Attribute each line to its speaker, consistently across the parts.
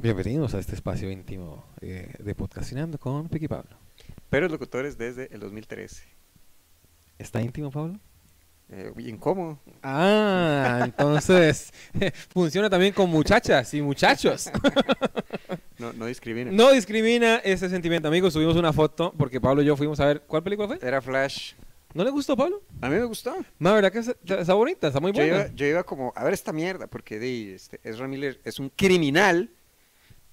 Speaker 1: Bienvenidos a este espacio íntimo eh, de Podcastinando con Piqui Pablo.
Speaker 2: Pero locutores desde el 2013.
Speaker 1: ¿Está íntimo, Pablo?
Speaker 2: Eh, ¿Y en cómo?
Speaker 1: Ah, entonces funciona también con muchachas y muchachos.
Speaker 2: No, no discrimina.
Speaker 1: no discrimina ese sentimiento, amigos. Subimos una foto porque Pablo y yo fuimos a ver. ¿Cuál película fue?
Speaker 2: Era Flash.
Speaker 1: ¿No le gustó, Pablo?
Speaker 2: A mí me gustó.
Speaker 1: No, la verdad que está, está bonita, está muy
Speaker 2: Yo
Speaker 1: buena.
Speaker 2: iba, yo iba como a ver esta mierda porque de, este, Ezra Miller es un criminal,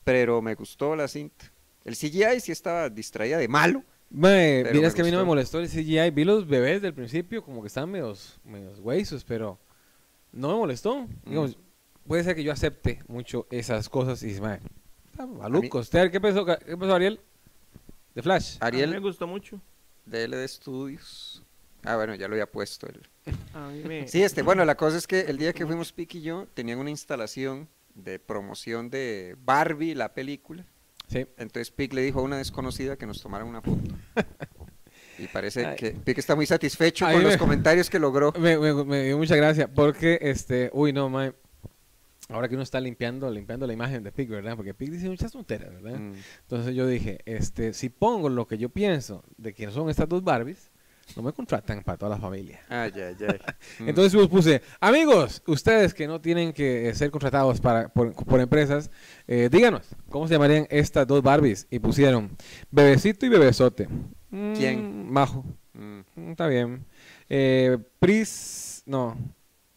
Speaker 2: pero me gustó la cinta. El CGI sí estaba distraída de malo.
Speaker 1: Mae,
Speaker 2: Pero
Speaker 1: mira, es
Speaker 2: me
Speaker 1: que a mí no me molestó
Speaker 2: gustó.
Speaker 1: el CGI. Vi los bebés del principio como que estaban medios, medios huesos, pero no me
Speaker 2: Mm.
Speaker 1: molestó. Digamos, puede ser que yo acepte mucho esas cosas y dices, mae, está maluco. ¿Usted qué pensó, ca- qué pensó Ariel? De Flash.
Speaker 3: A mí me
Speaker 2: Ariel
Speaker 3: gustó mucho.
Speaker 2: de LD Studios. Ah, bueno, ya lo había puesto. el-
Speaker 3: A mí me-
Speaker 2: Sí, este, bueno, la cosa es que el día que fuimos Piqui y yo, tenían una instalación de promoción de Barbie, la película.
Speaker 1: Sí.
Speaker 2: Entonces Pic le dijo a una desconocida que nos tomara una foto. Y parece
Speaker 1: Ay.
Speaker 2: que Pic está muy satisfecho
Speaker 1: Ay,
Speaker 2: con los
Speaker 1: me-
Speaker 2: comentarios que logró.
Speaker 1: Me, me- me dio mucha gracia porque, este, uy, no, mae. Ahora que uno está limpiando, limpiando la imagen de Pig, ¿verdad? Porque Pig dice muchas tonteras, ¿verdad?
Speaker 2: Mm.
Speaker 1: Entonces yo dije, este, si pongo lo que yo pienso de quién son estas dos Barbies, no me contratan para toda la familia.
Speaker 2: Ay, ay, ay. Mm.
Speaker 1: Entonces pues, puse, amigos, ustedes que no tienen que eh, ser contratados para, por, por empresas, eh, díganos, ¿cómo se llamarían estas dos Barbies? Y pusieron, Bebecito y Bebesote. Mm,
Speaker 2: ¿Quién?
Speaker 1: Majo.
Speaker 2: Mm.
Speaker 1: Mm, Está bien. Eh, Pris, no,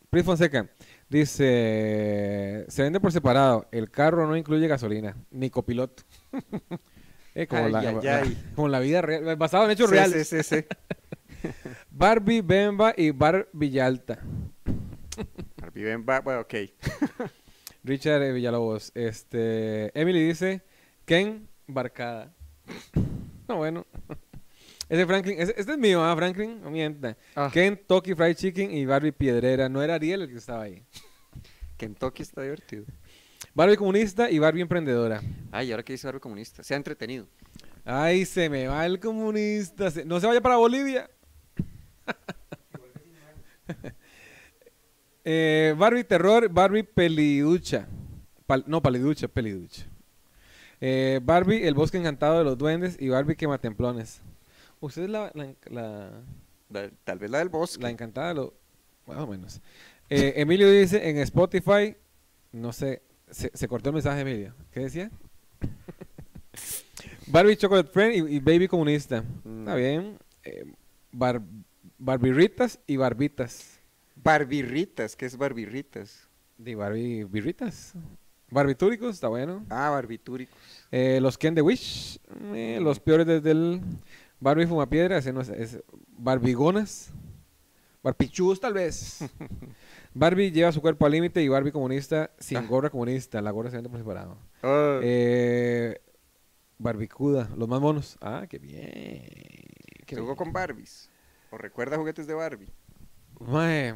Speaker 1: Pris Fonseca. Dice, se vende por separado, el carro no incluye gasolina, ni copiloto. Eh, como,
Speaker 2: Ay,
Speaker 1: la,
Speaker 2: ay,
Speaker 1: la-
Speaker 2: ay.
Speaker 1: como la vida real, basado en hechos
Speaker 2: Sí,
Speaker 1: reales.
Speaker 2: sí, sí, sí.
Speaker 1: Barbie Bemba y Bar Villalta.
Speaker 2: Barbie Ben Ba- bueno, ok.
Speaker 1: Richard eh, Villalobos. Este, Emily dice, Ken Barcada. No, bueno. Ese Franklin, ese- este es mío, ah, Franklin, no mienta.
Speaker 2: Ah.
Speaker 1: Ken, Toki Fried Chicken y Barbie Piedrera. No era Ariel el que estaba ahí.
Speaker 2: Kentucky está divertido.
Speaker 1: Barbie comunista y Barbie emprendedora.
Speaker 2: Ay, ahora que dice Barbie comunista. Se ha entretenido.
Speaker 1: Ay, se me va el comunista. se- No se vaya para Bolivia. Eh, Barbie Terror, Barbie Peliducha. Pal- no, Paliducha, Peliducha. Eh, Barbie El Bosque Encantado de los Duendes y Barbie Quematemplones. Usted es la, la en- la-
Speaker 2: La- tal vez la del bosque.
Speaker 1: la encantada de los... Más o menos. Eh, Emilio dice en Spotify... No sé, se, se cortó el mensaje, Emilio. ¿Qué decía? Barbie Chocolate Friend y, y Baby Comunista.
Speaker 2: Mm.
Speaker 1: Está bien. Eh, bar- barbirritas y barbitas.
Speaker 2: Barbirritas, ¿qué es barbirritas?
Speaker 1: De Barbie birritas. Barbitúricos, está bueno.
Speaker 2: Ah, barbitúricos.
Speaker 1: Eh, los Ken de Wish. eh, los peores desde el Barbie Fumapiedra. Ese no es, es Barbigonas. Barpichus, tal vez. Barbie lleva su cuerpo al límite y Barbie comunista sin gorra comunista. La gorra se vende por separado.
Speaker 2: Ah,
Speaker 1: Eh, barbicuda, los más monos. Ah, qué bien. Qué
Speaker 2: se jugó
Speaker 1: bien.
Speaker 2: con Barbies. ¿O recuerda juguetes de Barbie?
Speaker 1: Mae.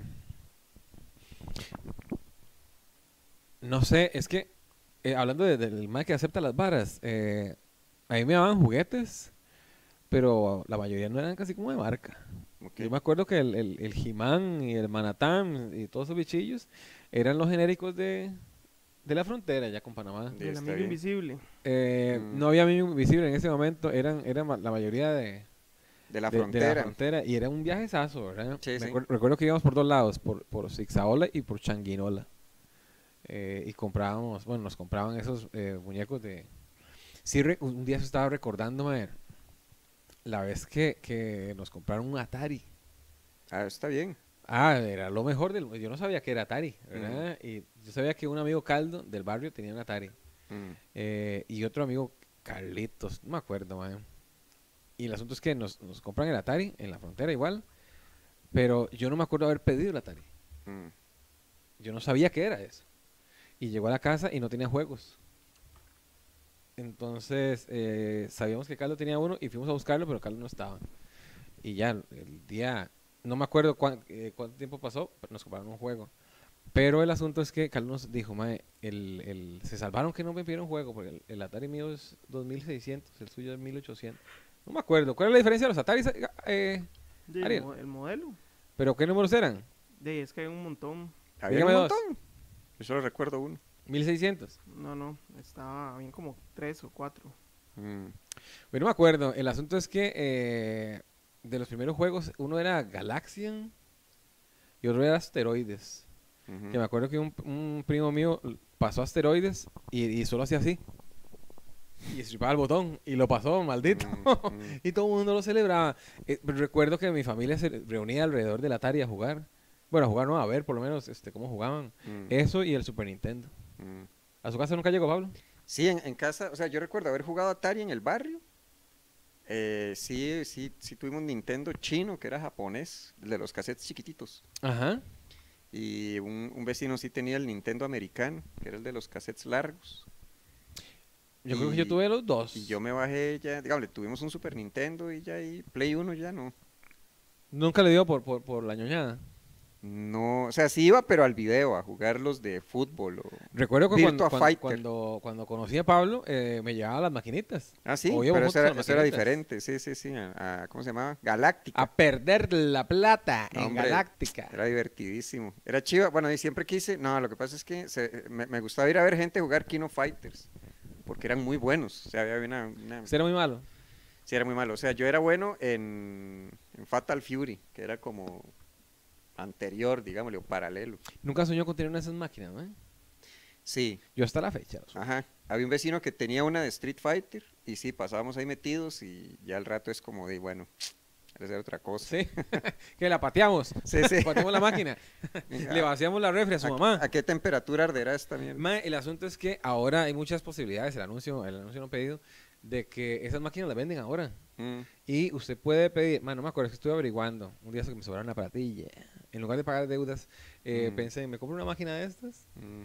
Speaker 1: No sé, es que eh, hablando de- del mae que acepta las varas, eh, a mí me daban juguetes, pero la mayoría no eran casi como de marca.
Speaker 2: Ok.
Speaker 1: Yo me acuerdo que el, el, el He-Man y el Manatán y todos esos bichillos eran los genéricos de, de la frontera, ya con Panamá.
Speaker 2: Sí,
Speaker 3: El
Speaker 2: está
Speaker 3: amigo
Speaker 2: bien.
Speaker 3: invisible.
Speaker 1: Eh,
Speaker 2: Mm.
Speaker 1: No había Mínimo Invisible en ese momento, eran, eran ma- la mayoría de,
Speaker 2: De la
Speaker 1: de- de
Speaker 2: frontera.
Speaker 1: frontera, Y era un viajezazo, ¿verdad?
Speaker 2: Sí,
Speaker 1: Me
Speaker 2: sí.
Speaker 1: acuer- Recuerdo que íbamos por dos lados, por, por Sixaola y por Changuinola. Eh, y comprábamos, bueno, nos compraban esos eh, muñecos de... Sí, re- un un día eso estaba recordando, mae, la vez que, que nos compraron un Atari.
Speaker 2: Ah, está bien.
Speaker 1: Ah, era lo mejor del... Yo no sabía que era Atari, ¿verdad? Y yo sabía que un amigo caldo del barrio tenía un Atari.
Speaker 2: Mm.
Speaker 1: Eh, y otro amigo, Carlitos, no me acuerdo, man. Y el asunto es que nos, nos compran el Atari en la frontera igual, pero yo no me acuerdo haber pedido el Atari.
Speaker 2: Mm.
Speaker 1: Yo no sabía qué era eso. Y llegó a la casa y no tenía juegos. Entonces, eh, sabíamos que Carlos tenía uno y fuimos a buscarlo, pero Carlos no estaba. Y ya, el día, no me acuerdo cuán- eh, cuánto tiempo pasó, pero nos compraron un juego. Pero el asunto es que Carlos nos dijo, mae, el, el- se salvaron que no me pidieron juego, porque el, el Atari mío es 2600, el suyo es 1800. No me acuerdo, ¿cuál es la diferencia de los Ataris? eh?
Speaker 3: De el
Speaker 1: Ariel.
Speaker 3: mo- el modelo.
Speaker 1: ¿Pero qué números eran?
Speaker 3: De, es que hay un montón.
Speaker 2: Había
Speaker 1: Dígame
Speaker 2: un
Speaker 1: dos.
Speaker 2: montón. Yo solo recuerdo uno.
Speaker 1: 1600.
Speaker 3: No, no, estaba bien como tres o cuatro.
Speaker 2: Mm.
Speaker 1: Bueno, Pues me acuerdo. El asunto es que eh, de los primeros juegos, uno era Galaxian y otro era Asteroides.
Speaker 2: Ujú.
Speaker 1: Que me acuerdo que un, un primo mío l- pasó Asteroides y, y solo hacía así. Y estripaba el botón y lo pasó, maldito.
Speaker 2: Mm, mm.
Speaker 1: y todo el mundo lo celebraba. Eh, recuerdo que mi familia se reunía alrededor del Atari a jugar. Bueno, a jugar no, a ver por lo menos este, cómo jugaban.
Speaker 2: Mm.
Speaker 1: Eso y el Super Nintendo.
Speaker 2: Mm.
Speaker 1: ¿A su casa nunca llegó Pablo?
Speaker 2: Sí, en, en casa, o sea, yo recuerdo haber jugado Atari en el barrio. Eh, sí, sí, sí tuvimos un Nintendo chino que era japonés, el de los cassettes chiquititos.
Speaker 1: Ajá.
Speaker 2: Y un, un vecino sí tenía el Nintendo americano, que era el de los cassettes largos.
Speaker 1: Yo creo que yo
Speaker 2: Y-
Speaker 1: tuve los dos.
Speaker 2: Y yo me bajé ya, digamos, le tuvimos un Super Nintendo y ya ahí Play 1 ya no.
Speaker 1: Nunca le dio por, por, por la ñoñada.
Speaker 2: No, o sea, sí iba pero al video, a jugar los de fútbol o...
Speaker 1: Recuerdo que cuando,
Speaker 2: Virtua
Speaker 1: cuando,
Speaker 2: Fighter.
Speaker 1: cuando, cuando conocí a Pablo, eh, me llevaba las maquinitas.
Speaker 2: Ah, sí,
Speaker 1: O íbamos
Speaker 2: pero
Speaker 1: juntos
Speaker 2: eso
Speaker 1: a
Speaker 2: era,
Speaker 1: las
Speaker 2: eso era
Speaker 1: maquinitas.
Speaker 2: diferente, sí, sí, sí, a- a- ¿cómo se llamaba? Galáctica.
Speaker 1: A perder la plata
Speaker 2: No,
Speaker 1: en
Speaker 2: hombre,
Speaker 1: Galáctica.
Speaker 2: Era divertidísimo. Era chiva. Bueno, y siempre quise. No, lo que pasa es que se- me, me gustaba ir a ver gente jugar Kino Fighters. Porque eran muy buenos. O sea, había una. una-
Speaker 1: Usted era muy malo.
Speaker 2: sí, era muy malo. O sea, yo era bueno en, en Fatal Fury, que era como anterior, digámosle, o paralelo.
Speaker 1: Nunca soñó con tener una de esas máquinas, ¿no?
Speaker 2: Sí,
Speaker 1: Yo hasta la fecha. lo sueño.
Speaker 2: ajá. Había un vecino que tenía una de Street Fighter. Y sí, pasábamos ahí metidos. Y ya al rato es como de, bueno, voy a hacer otra cosa.
Speaker 1: Sí. que la pateamos.
Speaker 2: Sí, Ah, sí.
Speaker 1: Pateamos la máquina.
Speaker 2: Venga,
Speaker 1: Le vaciamos la refri a su
Speaker 2: ¿A-
Speaker 1: mamá.
Speaker 2: ¿A qué temperatura arderá esta mierda?
Speaker 1: Ma, el asunto es que ahora hay muchas posibilidades, el anuncio, el anuncio no pedido, de que esas máquinas las venden ahora.
Speaker 2: Mm.
Speaker 1: Y usted puede pedir, man, no me acuerdo, es que estuve averiguando, un día que me sobraron una platilla. En lugar de pagar deudas, eh,
Speaker 2: Mm.
Speaker 1: pensé, ¿me compro una máquina de estas?
Speaker 2: Mm.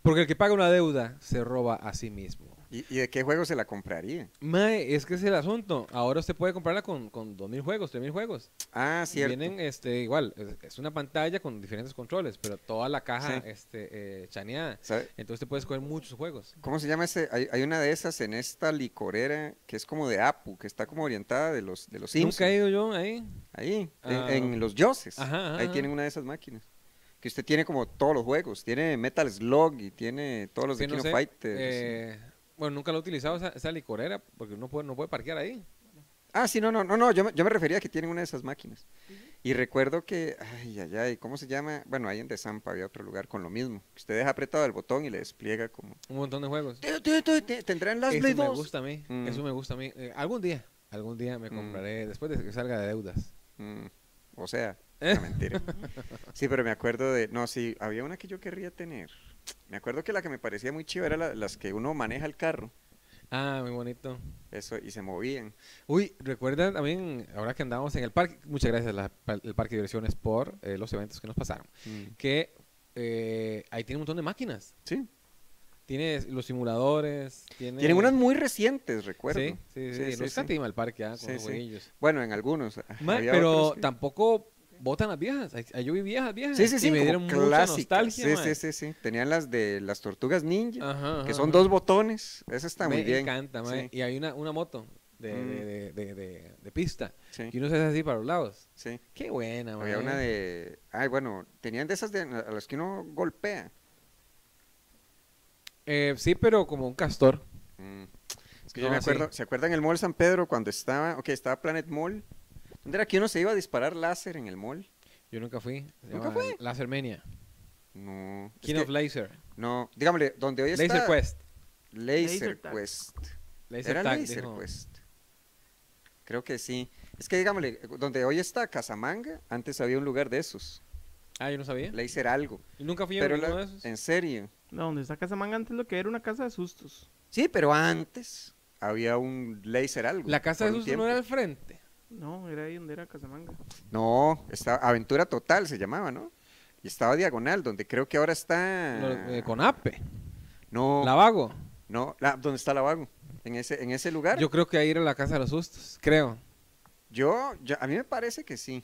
Speaker 1: Porque el que paga una deuda se roba a sí mismo.
Speaker 2: ¿Y, y de qué juego se la compraría?
Speaker 1: Mae, es que ese es el asunto. Ahora usted puede comprarla con, con 2.000 juegos, 3.000 juegos.
Speaker 2: Ah,
Speaker 1: Y
Speaker 2: cierto.
Speaker 1: Vienen este, igual, es- es una pantalla con diferentes controles, pero toda la caja
Speaker 2: Sí.
Speaker 1: este, eh, chaneada.
Speaker 2: ¿Sabe?
Speaker 1: Entonces usted puede escoger muchos juegos.
Speaker 2: ¿Cómo se llama ese? Hay, hay una de esas en esta licorera que es como de Apu, que está como orientada de los, de los
Speaker 1: Nunca
Speaker 2: Simpsons.
Speaker 1: he ido yo ahí.
Speaker 2: Ahí, en-
Speaker 1: Ah.
Speaker 2: en, los Yoses.
Speaker 1: Ajá, ajá,
Speaker 2: Ahí
Speaker 1: ajá.
Speaker 2: tienen una de esas máquinas. Que usted tiene como todos los juegos. Tiene Metal Slug y tiene todos los
Speaker 1: Sí,
Speaker 2: de Kino
Speaker 1: sé,
Speaker 2: Fighters.
Speaker 1: eh, bueno, nunca lo he utilizado esa, esa licorera porque uno puede, no puede parquear ahí.
Speaker 2: Ah, sí, no, no, no, no yo, me- yo me refería a que tienen una de esas máquinas. Y recuerdo que, ay, ay, ay, ¿cómo se llama? Bueno, ahí en De Zampa había otro lugar con lo mismo. que Usted deja apretado el botón y le despliega como...
Speaker 1: Un montón de juegos.
Speaker 2: "Te- te- te- te- ¿Tendrán las Play
Speaker 1: Eso me
Speaker 2: 2?".
Speaker 1: gusta a mí.
Speaker 2: Mm.
Speaker 1: Eso me gusta a mí. Eh, algún día, algún día me
Speaker 2: Mm.
Speaker 1: compraré después de que salga de deudas.
Speaker 2: Mm, o sea,
Speaker 1: ¿Eh?
Speaker 2: no, mentira. Sí, pero me acuerdo de. No, sí, había una que yo querría tener. Me acuerdo que la que me parecía muy chiva era la- las que uno maneja el carro.
Speaker 1: Ah, muy bonito.
Speaker 2: Eso, y se movían.
Speaker 1: Uy, recuerda también, ahora que andábamos en el parque, muchas gracias la- pa- el parque de diversiones por eh, los eventos que nos pasaron, que eh, ahí tiene un montón de máquinas.
Speaker 2: Sí.
Speaker 1: Tiene los simuladores, tiene...
Speaker 2: Tienen unas muy recientes, recuerdo.
Speaker 1: Sí, sí, sí.
Speaker 2: Sí,
Speaker 1: no
Speaker 2: sí,
Speaker 1: es
Speaker 2: sí.
Speaker 1: catima el parque, ah, con
Speaker 2: Sí,
Speaker 1: los
Speaker 2: sí.
Speaker 1: jueguillos.
Speaker 2: Bueno, en algunos.
Speaker 1: Ma,
Speaker 2: había
Speaker 1: pero
Speaker 2: otros que-
Speaker 1: tampoco botan las viejas. Ahí- ahí Yo vi viejas, viejas.
Speaker 2: Sí, sí, sí.
Speaker 1: Y me
Speaker 2: como
Speaker 1: dieron mucha
Speaker 2: clásicas.
Speaker 1: nostalgia.
Speaker 2: Sí,
Speaker 1: ma.
Speaker 2: sí, sí, sí. Tenían las de las tortugas ninja,
Speaker 1: Ajá, ajá,
Speaker 2: que son
Speaker 1: ajá.
Speaker 2: dos botones. Esa está
Speaker 1: me
Speaker 2: muy bien.
Speaker 1: encanta, ma.
Speaker 2: Sí,
Speaker 1: Y hay una, una moto de,
Speaker 2: Mm.
Speaker 1: de, de, de, de- de pista.
Speaker 2: sí,
Speaker 1: Y uno se hace así para los lados.
Speaker 2: sí.
Speaker 1: Qué buena, ma.
Speaker 2: Había una de. Ay, bueno, tenían de esas de, a las que uno golpea.
Speaker 1: Eh, sí, pero como un castor.
Speaker 2: Mm. Es que yo
Speaker 1: No,
Speaker 2: me
Speaker 1: sí.
Speaker 2: acuerdo, ¿se acuerdan el Mall San Pedro cuando estaba, ok, estaba Planet Mall? ¿Dónde era que uno se iba a disparar láser en el mall?
Speaker 1: Yo nunca fui. Se
Speaker 2: ¿Nunca
Speaker 1: llama
Speaker 2: fue?
Speaker 1: Lasermania.
Speaker 2: No. es
Speaker 1: King
Speaker 2: que-
Speaker 1: of Laser.
Speaker 2: no, dígamele, donde hoy está
Speaker 1: Laser Quest.
Speaker 2: Laser
Speaker 3: Laser Tag.
Speaker 2: Quest.
Speaker 1: Laser
Speaker 2: Era
Speaker 1: Tag,
Speaker 2: Laser
Speaker 1: dijo.
Speaker 2: Quest. Creo que sí. Es que dígamele, donde hoy está Casamanga, antes había un lugar de esos.
Speaker 1: Ah, yo no sabía.
Speaker 2: Laser algo.
Speaker 1: Y Nunca fui a
Speaker 2: Pero
Speaker 1: ninguno
Speaker 2: la-
Speaker 1: de esos.
Speaker 2: en serio.
Speaker 3: No, donde está Casamanga antes lo que era una casa de sustos.
Speaker 2: Sí, pero antes había un Laser algo.
Speaker 1: La casa de
Speaker 2: por un
Speaker 1: sus no era al
Speaker 2: tiempo.
Speaker 1: frente.
Speaker 3: No, era ahí donde era Casamanga.
Speaker 2: No, estaba Aventura Total se llamaba, ¿no? Y estaba diagonal, donde creo que ahora está.
Speaker 1: Lo- eh, con Ape.
Speaker 2: No,
Speaker 1: Lavago.
Speaker 2: no, la- ¿dónde está Lavago? En ese, en ese lugar.
Speaker 1: Yo
Speaker 2: Yo,
Speaker 1: creo que ahí era la casa de los sustos. Creo.
Speaker 2: yo- a mí me parece que sí.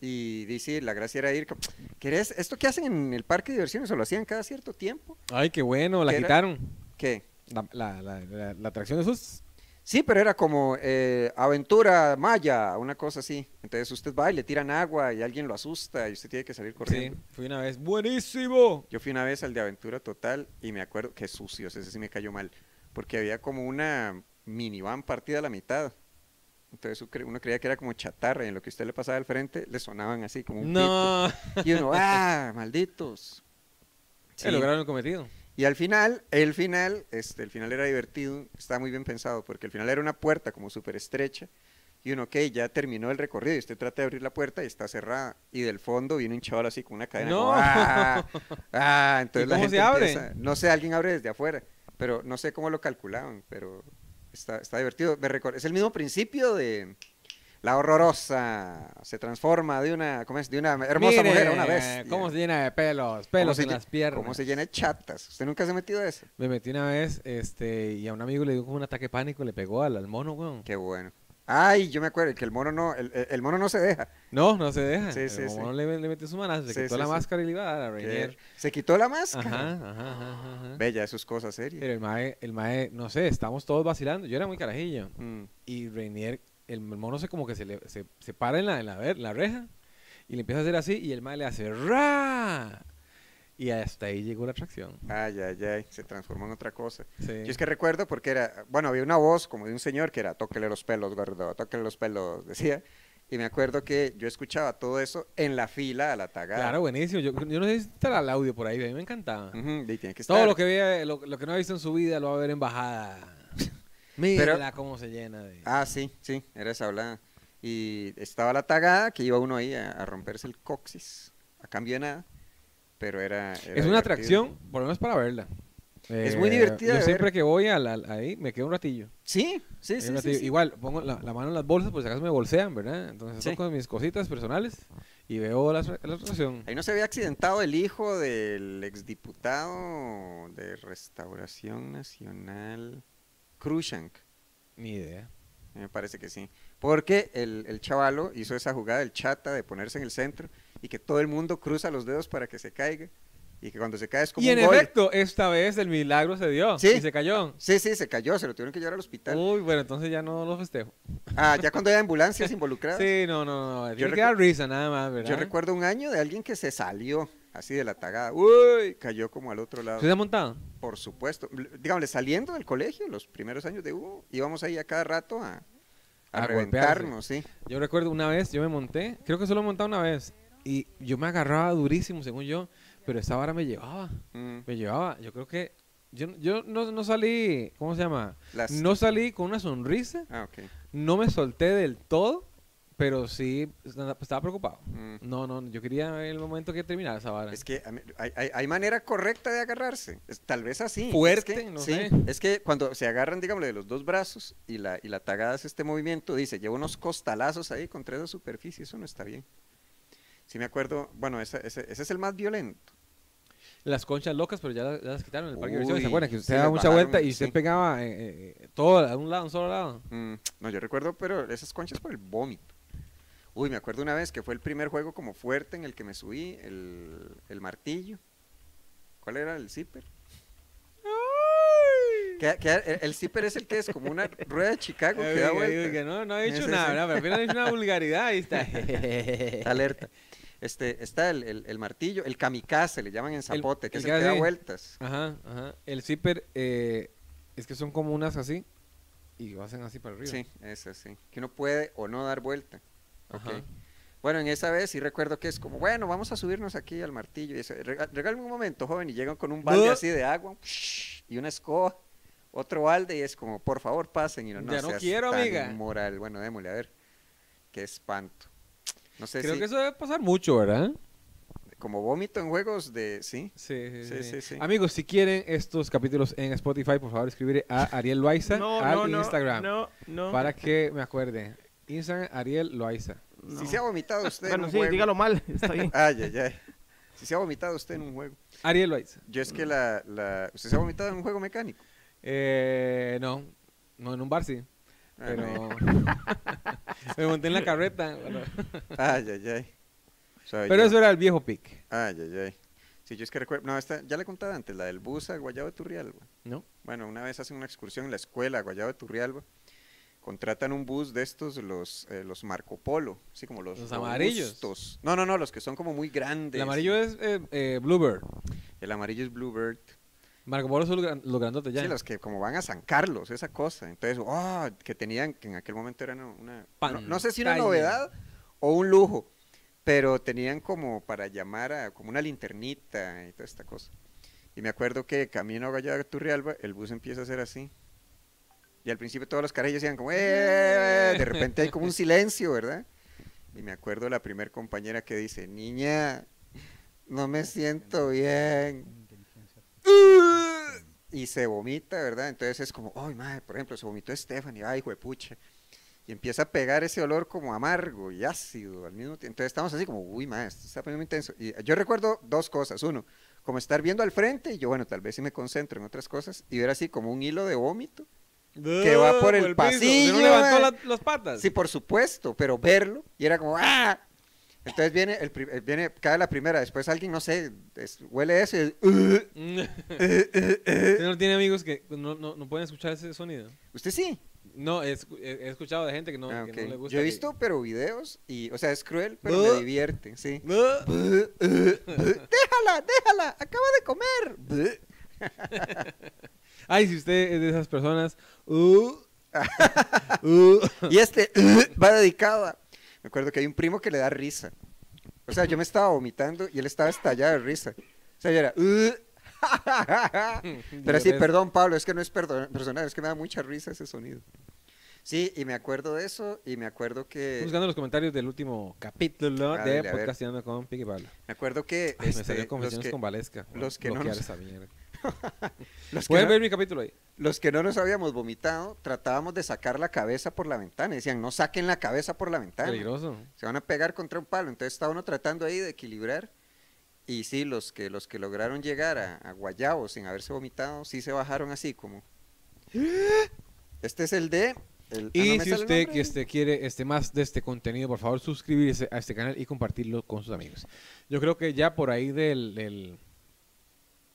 Speaker 2: Y dice, la gracia era ir. como, ¿Querés esto que hacen en el parque de diversiones o lo hacían cada cierto tiempo?
Speaker 1: Ay, qué bueno, la
Speaker 2: ¿Qué era?
Speaker 1: quitaron.
Speaker 2: ¿Qué?
Speaker 1: La, la- la- la- la atracción de sustos.
Speaker 2: Sí, pero era como eh, aventura maya, una cosa así. Entonces usted va y le tiran agua y alguien lo asusta y usted tiene que salir
Speaker 1: Sí,
Speaker 2: corriendo.
Speaker 1: fui una vez. ¡Buenísimo!
Speaker 2: Yo fui una vez al de aventura total y me acuerdo que sucios, ese sí me cayó mal, porque había como una minivan partida a la mitad. Entonces u- cre- uno creía que era como chatarra y en lo que usted le pasaba al frente le sonaban así como un
Speaker 1: No.
Speaker 2: pito. Y uno, ¡ah, malditos!
Speaker 1: Se lograron el cometido.
Speaker 2: Y al final, el final, este, el final era divertido, estaba muy bien pensado, porque el final era una puerta como súper estrecha, y uno, ok, ya terminó el recorrido, y usted trata de abrir la puerta y está cerrada, y del fondo viene un chaval así con una cadena.
Speaker 1: ¡No!
Speaker 2: como, ¡Ah! ¡Ah! Entonces
Speaker 1: ¿Y
Speaker 2: la
Speaker 1: cómo
Speaker 2: gente
Speaker 1: se abre?
Speaker 2: empieza- no sé, alguien abre desde afuera, pero no sé cómo lo calculaban, pero está, está divertido. Me recor- es el mismo principio de... La horrorosa se transforma de una, ¿cómo es? De una hermosa
Speaker 1: Mire,
Speaker 2: mujer a una bestia.
Speaker 1: ¿Cómo se llena de pelos?
Speaker 2: ¿Cómo
Speaker 1: Pelos
Speaker 2: se
Speaker 1: en
Speaker 2: lle-
Speaker 1: las piernas.
Speaker 2: ¿Cómo se llena de chatas? ¿Usted nunca se ha metido a eso?
Speaker 1: Me metí una vez este, y a un amigo le dio como un ataque de pánico, le pegó al, al mono, weón.
Speaker 2: Qué bueno. Ay, yo me acuerdo que el mono no, el, el- el mono no se deja.
Speaker 1: No, no se deja.
Speaker 2: Sí,
Speaker 1: el
Speaker 2: sí, sí.
Speaker 1: mono le, le metió su manazo, se
Speaker 2: Sí,
Speaker 1: quitó
Speaker 2: sí,
Speaker 1: la
Speaker 2: sí.
Speaker 1: máscara y le iba a dar a
Speaker 2: que
Speaker 1: Rainier.
Speaker 2: Se quitó la
Speaker 1: Ajá,
Speaker 2: máscara.
Speaker 1: ajá, ajá, ajá.
Speaker 2: Bella, eso es cosa
Speaker 1: Pero
Speaker 2: seria.
Speaker 1: el mae, el mae, no sé, estábamos todos vacilando. Yo era muy carajillo.
Speaker 2: Mm.
Speaker 1: Y Rainier, el mono se como que se, le, se, se para en la, en, la, ver- la reja y le empieza a hacer así y el mae le hace ¡Ra! Y hasta ahí llegó la atracción.
Speaker 2: Ay, ay, ay, se transformó en otra cosa.
Speaker 1: Sí.
Speaker 2: Yo es que recuerdo porque era, bueno, había una voz como de un señor que era, tóquele los pelos, gordo, tóquele los pelos, decía. Y me acuerdo que yo escuchaba todo eso en la fila a la tagada.
Speaker 1: Claro, buenísimo. Yo, yo no sé si estará el audio por ahí, a mí me encantaba.
Speaker 2: Ujú, y tiene ah. Mm, que estar.
Speaker 1: Todo lo que, vea- lo, lo que no ha visto en su vida lo va a ver en bajada. Mírala cómo se llena de...
Speaker 2: Ah, sí, sí, era esa hablada. Y estaba la tagada que iba uno ahí a, a romperse el coxis, a cambio de nada. Pero era. era
Speaker 1: es una
Speaker 2: divertido.
Speaker 1: atracción, por lo menos para verla. Eh,
Speaker 2: Es muy divertida
Speaker 1: Yo
Speaker 2: de
Speaker 1: siempre
Speaker 2: ver.
Speaker 1: que voy a la- ahí me quedo un ratillo.
Speaker 2: Sí, sí,
Speaker 1: Ahí
Speaker 2: sí.
Speaker 1: un
Speaker 2: sí,
Speaker 1: ratillo.
Speaker 2: sí.
Speaker 1: Igual, pongo la, la mano en las bolsas, por si acaso me bolsean, ¿verdad? Entonces
Speaker 2: Sí.
Speaker 1: toco mis cositas personales y veo la, la atracción.
Speaker 2: Ahí no se había accidentado el hijo del exdiputado de Restauración Nacional, Krushank,
Speaker 1: Ni idea.
Speaker 2: me parece que sí. Porque el, el chavalo hizo esa jugada del chata de ponerse en el centro y que todo el mundo cruza los dedos para que se caiga. Y que cuando se cae es como
Speaker 1: Y
Speaker 2: un
Speaker 1: en
Speaker 2: gol.
Speaker 1: efecto, esta vez el milagro se dio
Speaker 2: Sí.
Speaker 1: y se cayó.
Speaker 2: Sí, sí, se cayó, se lo tuvieron que llevar al hospital.
Speaker 1: Uy, bueno, entonces ya no lo festejo.
Speaker 2: Ah, ya cuando hay ambulancias involucradas.
Speaker 1: Sí, no, no, no. Tiene
Speaker 2: recu-
Speaker 1: que dar risa nada más, ¿verdad?
Speaker 2: Yo recuerdo un año de alguien que se salió así de la tagada. Uy, cayó como al otro lado.
Speaker 1: ¿Usted se ha montado?
Speaker 2: Por supuesto. L- Digámosle, saliendo del colegio, los primeros años de U, íbamos ahí a cada rato a, a
Speaker 1: A
Speaker 2: reventarnos, sí.
Speaker 1: Yo recuerdo una vez, yo me monté, creo que solo he montado una vez, y yo me agarraba durísimo, según yo, pero esa vara me llevaba,
Speaker 2: Mm,
Speaker 1: me llevaba. Yo creo que, yo, yo no, no salí, ¿cómo se llama?
Speaker 2: las-
Speaker 1: No salí con una sonrisa,
Speaker 2: Ah, ok.
Speaker 1: no me solté del todo, pero sí esta- estaba preocupado.
Speaker 2: Mm.
Speaker 1: No, no, yo quería ver el momento que terminara esa vara.
Speaker 2: Es que a mí- hay, hay- hay manera correcta de agarrarse. Es- tal vez así.
Speaker 1: Fuerte,
Speaker 2: es que,
Speaker 1: no
Speaker 2: sí,
Speaker 1: sé.
Speaker 2: Es que cuando se agarran, digámosle, de los dos brazos y la, y la tagada hace este movimiento, dice, lleva unos costalazos ahí contra esa superficie, eso no está bien. Sí me acuerdo, bueno, esa- ese, ese es el más violento.
Speaker 1: Las conchas locas, pero ya, las- ya las quitaron en el parque de diversiones,
Speaker 2: Uy,
Speaker 1: ¿se acuerdan? Que
Speaker 2: sí,
Speaker 1: usted
Speaker 2: las
Speaker 1: daba mucha
Speaker 2: bajaron,
Speaker 1: vuelta y usted
Speaker 2: sí.
Speaker 1: pegaba eh, eh, todo a un lado, a un solo lado.
Speaker 2: Mm, no, yo recuerdo, pero esas conchas por el vómito. Uy, me acuerdo una vez que fue el primer juego como fuerte en el que me subí, el, el martillo. ¿Cuál era el zipper? Que- que el, el zipper es el que es como una rueda de Chicago que
Speaker 1: Oiga,
Speaker 2: da vueltas.
Speaker 1: oiga, no, no he
Speaker 2: Sí,
Speaker 1: dicho
Speaker 2: sí,
Speaker 1: nada,
Speaker 2: sí.
Speaker 1: ¿verdad? Pero al final he dicho una vulgaridad y está.
Speaker 2: alerta. Este, está el, el- el martillo, el kamikaze, le llaman en zapote, que
Speaker 1: el
Speaker 2: se da
Speaker 1: kamikaze.
Speaker 2: vueltas.
Speaker 1: Ajá, ajá. El zipper eh, es que son como unas así y lo hacen así para arriba.
Speaker 2: Sí, es así. Que uno puede o no dar vuelta.
Speaker 1: Ajá.
Speaker 2: Ok. Bueno, en esa vez sí recuerdo que es como, bueno, vamos a subirnos aquí al martillo. Y dice, "Rega- regálame un momento, joven. Y llegan con un balde
Speaker 1: No.
Speaker 2: así de agua y una escoba, otro balde. Y es como, por favor, pasen. Y no, no,
Speaker 1: Ya no
Speaker 2: seas
Speaker 1: quiero,
Speaker 2: tan
Speaker 1: amiga.
Speaker 2: inmoral. Bueno, démosle, a ver. Qué espanto. No sé
Speaker 1: Creo
Speaker 2: si
Speaker 1: que eso debe pasar mucho, ¿verdad?
Speaker 2: como vómito en juegos de, sí,
Speaker 1: Sí sí
Speaker 2: Sí, sí, sí.
Speaker 1: Amigos, si quieren estos capítulos en Spotify, por favor escribir a Ariel Loaiza
Speaker 3: No,
Speaker 2: Ah,
Speaker 3: no,
Speaker 1: al
Speaker 3: no,
Speaker 1: Instagram
Speaker 3: No, no.
Speaker 1: para que me acuerde. Instagram Ariel Loaiza.
Speaker 3: no.
Speaker 2: Si se ha vomitado usted en
Speaker 3: bueno,
Speaker 2: un
Speaker 3: sí,
Speaker 2: juego.
Speaker 3: dígalo mal, está bien.
Speaker 2: Ay, ay, ay. Si se ha vomitado usted en un juego.
Speaker 1: Ariel Loaiza.
Speaker 2: Yo es que la, la- ¿Usted se ha vomitado en un juego mecánico?
Speaker 1: Eh, no, no en un bar sí,
Speaker 2: Ah,
Speaker 1: pero me monté en la carreta.
Speaker 2: Ay, ay, ay. Soy
Speaker 1: Pero
Speaker 2: yo.
Speaker 1: eso era el viejo pic.
Speaker 2: Ay, ay, ay. Sí, yo es que recuerdo... No, esta, ya le contaba antes, la del bus a Guayabo de Turrialba.
Speaker 1: ¿No?
Speaker 2: Bueno, una vez hacen una excursión en la escuela a Guayabo de Turrialba contratan un bus de estos, los, eh, los Marco Polo, así como los,
Speaker 1: Los amarillos.
Speaker 2: robustos. No, no, no, los que son como muy grandes.
Speaker 1: El amarillo es eh, eh, Bluebird.
Speaker 2: El amarillo es Bluebird.
Speaker 1: Marco Polo son los gran- los grandotes ya.
Speaker 2: Sí, los que como van a San Carlos, esa cosa. Entonces, ah, que tenían, que en aquel momento eran una... No, no sé si una
Speaker 1: Pantalla.
Speaker 2: novedad o un lujo, pero tenían como para llamar a como una linternita y toda esta cosa. Y me acuerdo que camino a Gallada Turrialba, el bus empieza a hacer así. Y al principio todos los carajillos decían como, "Eh", de repente hay como un silencio, ¿verdad? Y me acuerdo la primer compañera que dice, niña, no me siento bien. Y se vomita, ¿verdad? Entonces es como, ay, madre, por ejemplo, se vomitó Stephanie, ay, juepucha. Y empieza a pegar ese olor como amargo y ácido al mismo tiempo. Entonces estamos así como, uy, madre, esto se está poniendo muy intenso. Y yo recuerdo dos cosas. Uno, como estar viendo al frente, y yo, bueno, tal vez si me concentro en otras cosas, y ver así como un hilo de vómito. que va por el
Speaker 1: piso, que
Speaker 2: pasillo,
Speaker 1: no levantó
Speaker 2: eh.
Speaker 1: la- las patas.
Speaker 2: Sí, por supuesto, pero verlo y era como ¡ah! Entonces viene, el, pri- eh, viene cae la primera, después alguien, no sé, es- huele eso y es, "Uh, "Ugh".
Speaker 1: Usted no tiene amigos que no, no, no pueden escuchar ese sonido.
Speaker 2: uh". ¿Usted sí?
Speaker 1: No, he, escu- he- he escuchado de gente que no,
Speaker 2: Ah,
Speaker 1: que no
Speaker 2: ok.
Speaker 1: le gusta.
Speaker 2: Yo he
Speaker 1: que-
Speaker 2: visto, pero videos y, o sea, es cruel, pero
Speaker 1: Buh.
Speaker 2: me divierte, sí.
Speaker 1: No.
Speaker 2: Buh, uh, buh. déjala, déjala, acaba de comer. Buh.
Speaker 1: Ay, si usted es de esas personas. uh, uh,
Speaker 2: Y este "Ugh", va dedicada. Me acuerdo que hay un primo que le da risa. O sea, yo me estaba vomitando y él estaba estallado de risa. O sea, yo era "Ugh", ja, ja, ja, ja. Pero sí,
Speaker 1: Idiotez.
Speaker 2: perdón, Pablo, es que no es perdo- personal, es que me da mucha risa ese sonido. Sí, y me acuerdo de eso, y me acuerdo
Speaker 1: Estoy
Speaker 2: que.
Speaker 1: Buscando los comentarios del último capítulo de
Speaker 2: Ah, dale, a ver.
Speaker 1: Podcasteando con Piggy Pablo.
Speaker 2: Me acuerdo que.
Speaker 1: Ay, me
Speaker 2: este,
Speaker 1: salió
Speaker 2: los,
Speaker 1: confesiones
Speaker 2: que
Speaker 1: con Valesca.
Speaker 2: los que no
Speaker 1: Bloquear
Speaker 2: nos-
Speaker 1: esa mierda.
Speaker 2: los, que
Speaker 1: Pueden
Speaker 2: no,
Speaker 1: ver mi capítulo ahí.
Speaker 2: los que no nos habíamos vomitado, tratábamos de sacar la cabeza por la ventana. Decían, no saquen la cabeza por la ventana.
Speaker 1: Peligroso.
Speaker 2: Se van a pegar contra un palo. Entonces estaba uno tratando ahí de equilibrar. Y sí, los que, los que lograron llegar a, a Guayabo sin haberse vomitado, sí se bajaron así como. Este es el de. el- ah,
Speaker 1: Y
Speaker 2: no me
Speaker 1: si
Speaker 2: sale el
Speaker 1: usted
Speaker 2: nombre.
Speaker 1: que este, quiere este, más de este contenido, por favor suscribirse a este canal y compartirlo con sus amigos. Yo creo que ya por ahí del, del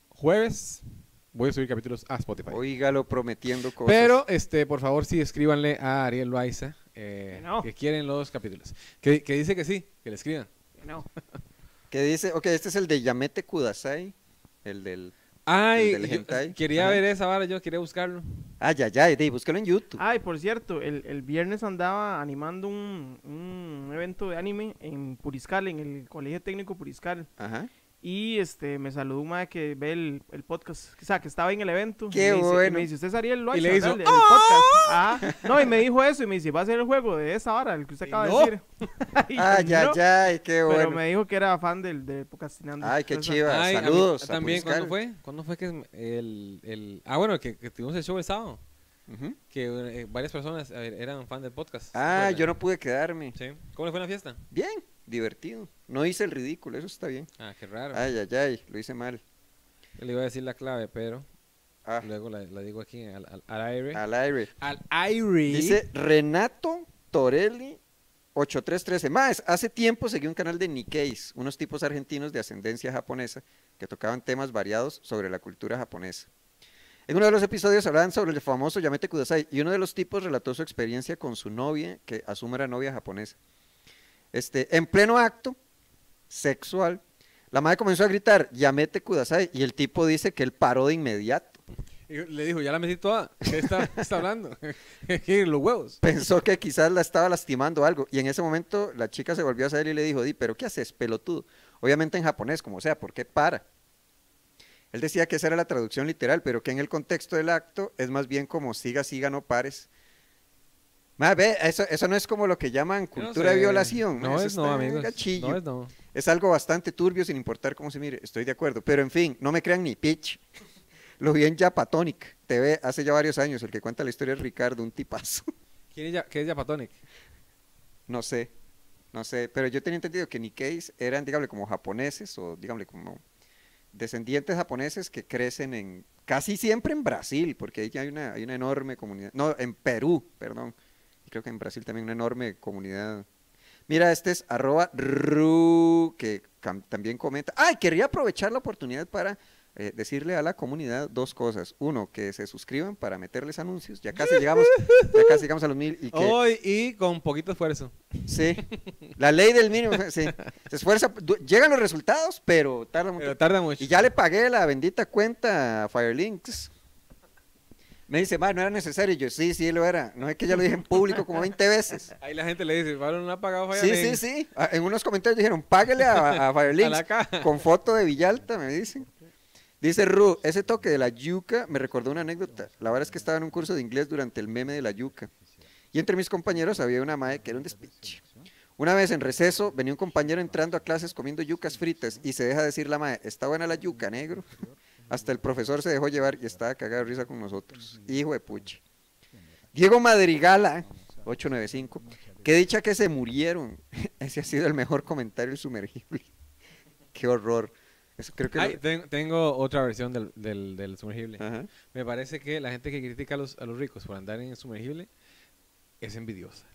Speaker 1: jueves voy a subir capítulos a Spotify.
Speaker 2: Oígalo prometiendo cosas.
Speaker 1: Pero, este, por favor, sí, escríbanle a Ariel Baiza eh,
Speaker 3: Que no.
Speaker 1: que quieren los capítulos. Que, que dice que sí, que le escriban.
Speaker 3: No.
Speaker 2: Que dice, ok, este es el de Yamete Kudasai, el del...
Speaker 1: Ay,
Speaker 2: del
Speaker 1: yo-
Speaker 2: hentai.
Speaker 1: quería
Speaker 2: Ajá.
Speaker 1: ver esa vara, yo quería buscarlo.
Speaker 2: Ah, ya, ya, de, búscalo en
Speaker 1: Ah.
Speaker 2: YouTube.
Speaker 3: Ay, por cierto, el, el viernes andaba animando un, un evento de anime en Puriscal, en el Colegio Técnico Puriscal.
Speaker 2: Ajá.
Speaker 3: Y este, me saludó un mae que ve el, el podcast, o sea, que estaba en el evento. y
Speaker 2: Qué
Speaker 3: me dice, y
Speaker 2: bueno.
Speaker 3: me dice, usted es Ariel Loaiza,
Speaker 1: Y le
Speaker 3: ¿verdad?
Speaker 1: hizo,
Speaker 3: El- el podcast.
Speaker 2: "Ah".
Speaker 3: Ajá. No, y me dijo eso y me dice, va a ser el juego de esa hora, el que usted
Speaker 1: Y
Speaker 3: acaba
Speaker 1: no.
Speaker 3: de decir. Y yo,
Speaker 2: Ah, ya,
Speaker 3: "No".
Speaker 2: ya, qué
Speaker 3: Pero
Speaker 2: bueno.
Speaker 3: me dijo que era fan del de Podcastinando.
Speaker 2: Ay, qué
Speaker 3: Entonces,
Speaker 2: chiva,
Speaker 1: Ay, a mí-
Speaker 2: saludos. a
Speaker 1: también, ¿cuándo
Speaker 2: Puriscal.
Speaker 1: fue? ¿Cuándo fue que el, el- Ah, bueno, que, que tuvimos el show el sábado.
Speaker 2: Ujú.
Speaker 1: Que eh, varias personas a ver, eran fan del podcast.
Speaker 2: Ah,
Speaker 1: ¿se
Speaker 2: yo
Speaker 1: acuerdan?
Speaker 2: no pude quedarme.
Speaker 1: Sí. ¿Cómo le fue en la fiesta?
Speaker 2: Bien, divertido. No hice el ridículo, eso está bien.
Speaker 1: Ah, qué raro.
Speaker 2: Ay, ay, ay, lo hice mal.
Speaker 1: Yo Le iba a decir la clave, pero
Speaker 2: Ah,
Speaker 1: luego la, la digo aquí al, al- al aire.
Speaker 2: al aire.
Speaker 1: Al aire.
Speaker 2: Dice Renato Torelli 8313. Más, hace tiempo seguí un canal de Nikkeis, unos tipos argentinos de ascendencia japonesa que tocaban temas variados sobre la cultura japonesa. En uno de los episodios hablaban sobre el famoso Yamete Kudasai y uno de los tipos relató su experiencia con su novia, que asume era novia japonesa. Este, en pleno acto sexual, la madre comenzó a gritar Yamete Kudasai y el tipo dice que él paró de inmediato.
Speaker 1: Y le dijo, ya la metí toda. ¿Qué está, qué está hablando? ¿Qué, Los huevos.
Speaker 2: pensó que quizás la estaba lastimando o algo. Y en ese momento la chica se volvió a hacer y le dijo, di, pero ¿qué haces, pelotudo? Obviamente en japonés, como sea, ¿por qué para? Él decía que esa era la traducción literal, pero que en el contexto del acto es más bien como siga, siga, no pares. Ma, ve, eso, eso no es como lo que llaman cultura
Speaker 1: No sé.
Speaker 2: de violación. ma,
Speaker 1: No
Speaker 2: eso
Speaker 1: es no,
Speaker 2: está
Speaker 1: amigos.
Speaker 2: gachillo.
Speaker 1: No es no.
Speaker 2: Es algo bastante turbio sin importar cómo se mire, estoy de acuerdo. Pero en fin, no me crean ni pitch. Lo vi en Japatonic TV hace ya varios años. El que cuenta la historia es Ricardo, un tipazo.
Speaker 1: ¿Quién es ya, ¿Qué es Japatonic?
Speaker 2: No sé, no sé, pero yo tenía entendido que Nikkeis eran, digamos, como japoneses o, digamos, como descendientes japoneses que crecen en, casi siempre en Brasil, porque ahí hay una, hay una enorme comunidad, no, en Perú, perdón, y creo que en Brasil también una enorme comunidad. Mira, este es arroba ru, que cam- también comenta. Ay, quería aprovechar la oportunidad para eh, decirle a la comunidad dos cosas. Uno, que se suscriban para meterles anuncios. Ya casi llegamos, ya casi llegamos a los mil. Y que,
Speaker 1: Hoy y con poquito esfuerzo.
Speaker 2: sí, la ley del mínimo, sí. Se esfuerza, du- llegan los resultados, pero tarda mucho.
Speaker 1: Pero tarda mucho.
Speaker 2: Y ya le pagué la bendita cuenta a Firelinks. Me dice, ma, no era necesario. Y yo, sí, sí, lo era. No es que ya lo dije en público como 20 veces.
Speaker 1: Ahí la gente le dice, Pablo no ha pagado Falla
Speaker 2: Sí,
Speaker 1: Lane".
Speaker 2: sí, sí. Ah, En unos comentarios dijeron, páguele a, a Firelinks
Speaker 1: A la caja.
Speaker 2: con foto de Villalta, me dicen. Dice Ru, ese toque de la yuca me recordó una anécdota. La verdad es que estaba en un curso de inglés durante el meme de la yuca. Y entre mis compañeros había una madre que era un despiche. Una vez en receso, venía un compañero entrando a clases comiendo yucas fritas y se deja decir la madre, está buena la yuca, negro. Hasta el profesor se dejó llevar y estaba cagado de risa con nosotros. Hijo de puche. Diego Madrigala, 895. Qué dicha que se murieron. Ese ha sido el mejor comentario sumergible. Qué horror. Eso creo que...
Speaker 1: Ay,
Speaker 2: lo-
Speaker 1: ten- tengo otra versión del, del, del sumergible.
Speaker 2: Ajá.
Speaker 1: Me parece que la gente que critica a los, a los ricos por andar en sumergible es envidiosa.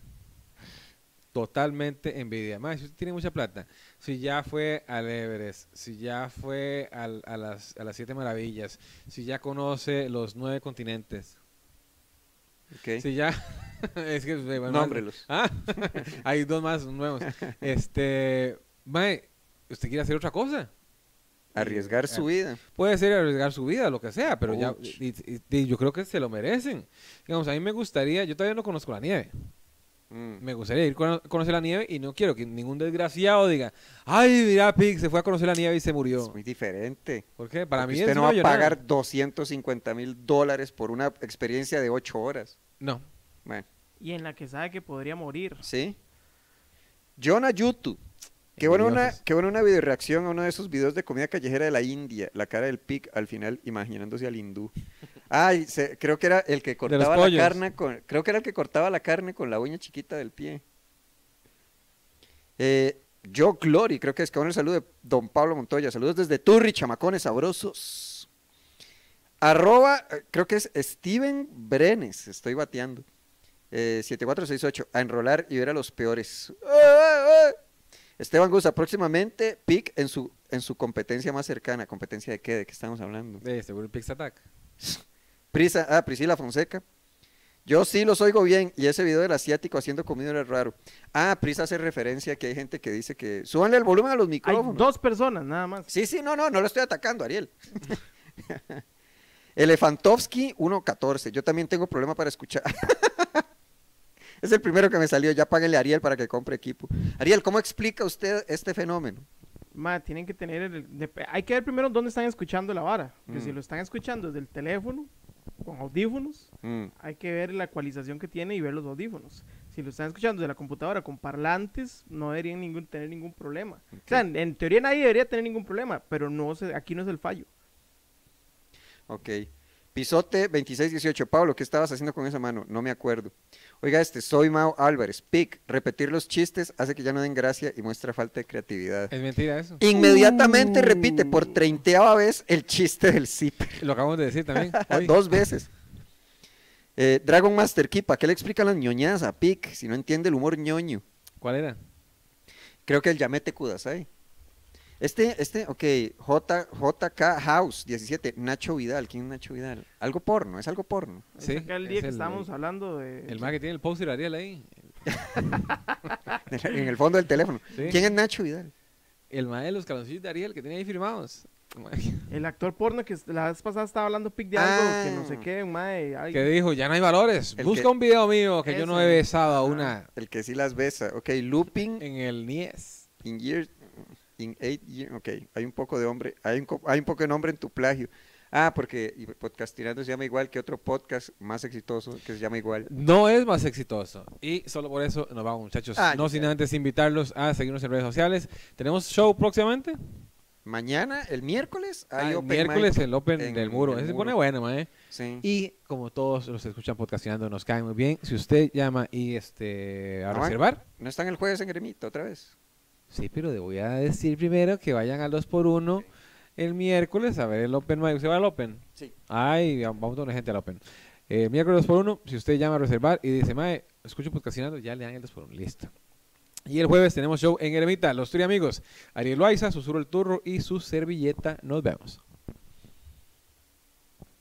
Speaker 1: Totalmente envidia. Más, si usted tiene mucha plata, si ya fue al Everest, si ya fue al- a, las, a las Siete Maravillas, si ya conoce los nueve continentes,
Speaker 2: Ok.
Speaker 1: si ya... es que... bueno,
Speaker 2: Nómbrelos.
Speaker 1: Ah, hay dos más nuevos. Este... Mae, ¿usted quiere hacer otra cosa?
Speaker 2: Arriesgar
Speaker 1: Ah,
Speaker 2: su vida.
Speaker 1: Puede ser arriesgar su vida, lo que sea, pero ya
Speaker 2: Ouch.
Speaker 1: y- y- y yo creo que se lo merecen. Digamos, a mí me gustaría, yo todavía no conozco la nieve.
Speaker 2: Mm.
Speaker 1: Me gustaría ir cono- a conocer la nieve y no quiero que ningún desgraciado diga, ay, mira, Pig, se fue a conocer la nieve y se murió.
Speaker 2: Es muy diferente.
Speaker 1: ¿Por qué? Para
Speaker 2: Porque
Speaker 1: mí
Speaker 2: usted
Speaker 1: es
Speaker 2: no va a
Speaker 1: millonario.
Speaker 2: pagar 250 mil dólares por una experiencia de 8 horas.
Speaker 1: No.
Speaker 2: Bueno,
Speaker 3: Y en la que sabe que podría morir.
Speaker 2: ¿sí? Jonah Yutu. Qué buena, una,
Speaker 1: Envidiosos.
Speaker 2: qué buena una videoreacción a uno de esos videos de comida callejera de la India. La cara del pig al final imaginándose al hindú. Ay, se- creo que era el que
Speaker 1: los
Speaker 2: cortaba la
Speaker 1: pollos.
Speaker 2: carne con, creo que era el que cortaba la carne con la uña chiquita del pie. Eh, yo, Glory, creo que es que bueno el saludo de Don Pablo Montoya. Saludos desde Turri, chamacones sabrosos. Arroba, eh, creo que es Steven Brenes, estoy bateando. Eh, 7468, a enrolar y ver a los peores. ¡Ah, ah! Esteban Gusa, próximamente pick en su, en su competencia más cercana. ¿Competencia de qué? ¿De qué estamos hablando?
Speaker 1: De seguro el Pix Attack.
Speaker 2: Prisa, ah, Priscila Fonseca. Yo sí los oigo bien y ese video del asiático haciendo comida era raro. Ah, Prisa hace referencia que hay gente que dice que súbanle el volumen a los
Speaker 3: Hay
Speaker 2: micrófonos.
Speaker 3: dos personas nada más.
Speaker 2: Sí, sí, no, no, no lo estoy atacando, Ariel. Elefantovsky 1.14. Yo también tengo problema para escuchar. es el primero que me salió. Ya páguenle a Ariel para que compre equipo. Ariel, ¿cómo explica usted este fenómeno?
Speaker 3: Ma, tienen que tener el- de- hay que ver primero dónde están escuchando la vara. Que si
Speaker 2: Mm.
Speaker 3: lo están escuchando desde el teléfono, con audífonos,
Speaker 2: Mm,
Speaker 3: hay que ver la ecualización que tiene y ver los audífonos. Si lo están escuchando desde la computadora con parlantes, no deberían ningún, tener ningún problema. O sea, en, en teoría nadie debería tener ningún problema, pero no se, aquí no es el fallo.
Speaker 2: ok. Pisote 2618. Pablo, ¿qué estabas haciendo con esa mano? No me acuerdo. Oiga, este, soy Mao Álvarez. Pic, repetir los chistes hace que ya no den gracia y muestra falta de creatividad.
Speaker 1: Es mentira eso.
Speaker 2: Inmediatamente repite por treinteava vez el chiste del zip.
Speaker 1: Lo acabamos de decir también. hoy.
Speaker 2: Dos veces. Eh, Dragon Master Keep, ¿a qué le explica las ñoñas a Pic si no entiende el humor ñoño?
Speaker 1: ¿Cuál era?
Speaker 2: Creo que el Yamete Kudasai. Este, este, ok, J, JK House 17, Nacho Vidal. ¿Quién es Nacho Vidal? Algo porno, es algo porno.
Speaker 3: Es
Speaker 1: Sí,
Speaker 3: aquel
Speaker 1: es
Speaker 3: día que
Speaker 1: el-
Speaker 3: estábamos hablando de...
Speaker 1: El más que tiene el poster Ariel ahí.
Speaker 2: En el fondo del teléfono.
Speaker 1: Sí.
Speaker 2: ¿Quién es Nacho Vidal?
Speaker 1: El más de los caloncillos de Ariel que tiene ahí firmados.
Speaker 3: El actor porno que es- la vez pasada estaba hablando pic de
Speaker 2: Ah.
Speaker 3: algo que no sé qué, mae, ay,
Speaker 1: Que dijo, ya no hay valores.
Speaker 2: El
Speaker 1: Busca
Speaker 2: que-
Speaker 1: un video mío que yo no he
Speaker 3: Ese.
Speaker 1: besado a
Speaker 3: Ajá.
Speaker 1: una
Speaker 2: El que sí las besa. Ok, Looping.
Speaker 1: en el Nies.
Speaker 2: In years, in eight years, ok, hay un poco de hombre, hay un, co- hay un poco de nombre en tu plagio. Ah, porque y Podcastinando se llama igual que otro podcast más exitoso que se llama igual.
Speaker 1: No es más exitoso. Y solo por eso nos vamos, muchachos.
Speaker 2: Ah,
Speaker 1: no
Speaker 2: ya
Speaker 1: sin
Speaker 2: sé.
Speaker 1: antes invitarlos a seguirnos en redes sociales. Tenemos show próximamente.
Speaker 2: Mañana, el miércoles,
Speaker 1: Ah,
Speaker 2: hay
Speaker 1: el
Speaker 2: open
Speaker 1: miércoles
Speaker 2: mic
Speaker 1: el Open
Speaker 2: en
Speaker 1: del Muro.
Speaker 2: el
Speaker 1: Ese se
Speaker 2: Muro.
Speaker 1: pone bueno, mae.
Speaker 2: Sí.
Speaker 1: Y como todos los que escuchan podcastinando nos caen muy bien, si usted llama y este a
Speaker 2: Ah, bueno.
Speaker 1: reservar,
Speaker 2: ¿No están el jueves en Gremito otra vez?
Speaker 1: sí, pero le voy a decir primero que vayan al 2x1 el miércoles a ver el Open mic. ¿Se va al Open?
Speaker 2: Sí.
Speaker 1: Ay, vamos a poner gente al Open. Eh, miércoles 2x1, si usted llama a reservar y dice, mae, escucho podcastinando, ya le dan el 2x1, listo. Y el jueves tenemos show en Eremita, los tres amigos, Ariel Loaiza, Susurro el Turro y su servilleta. Nos vemos.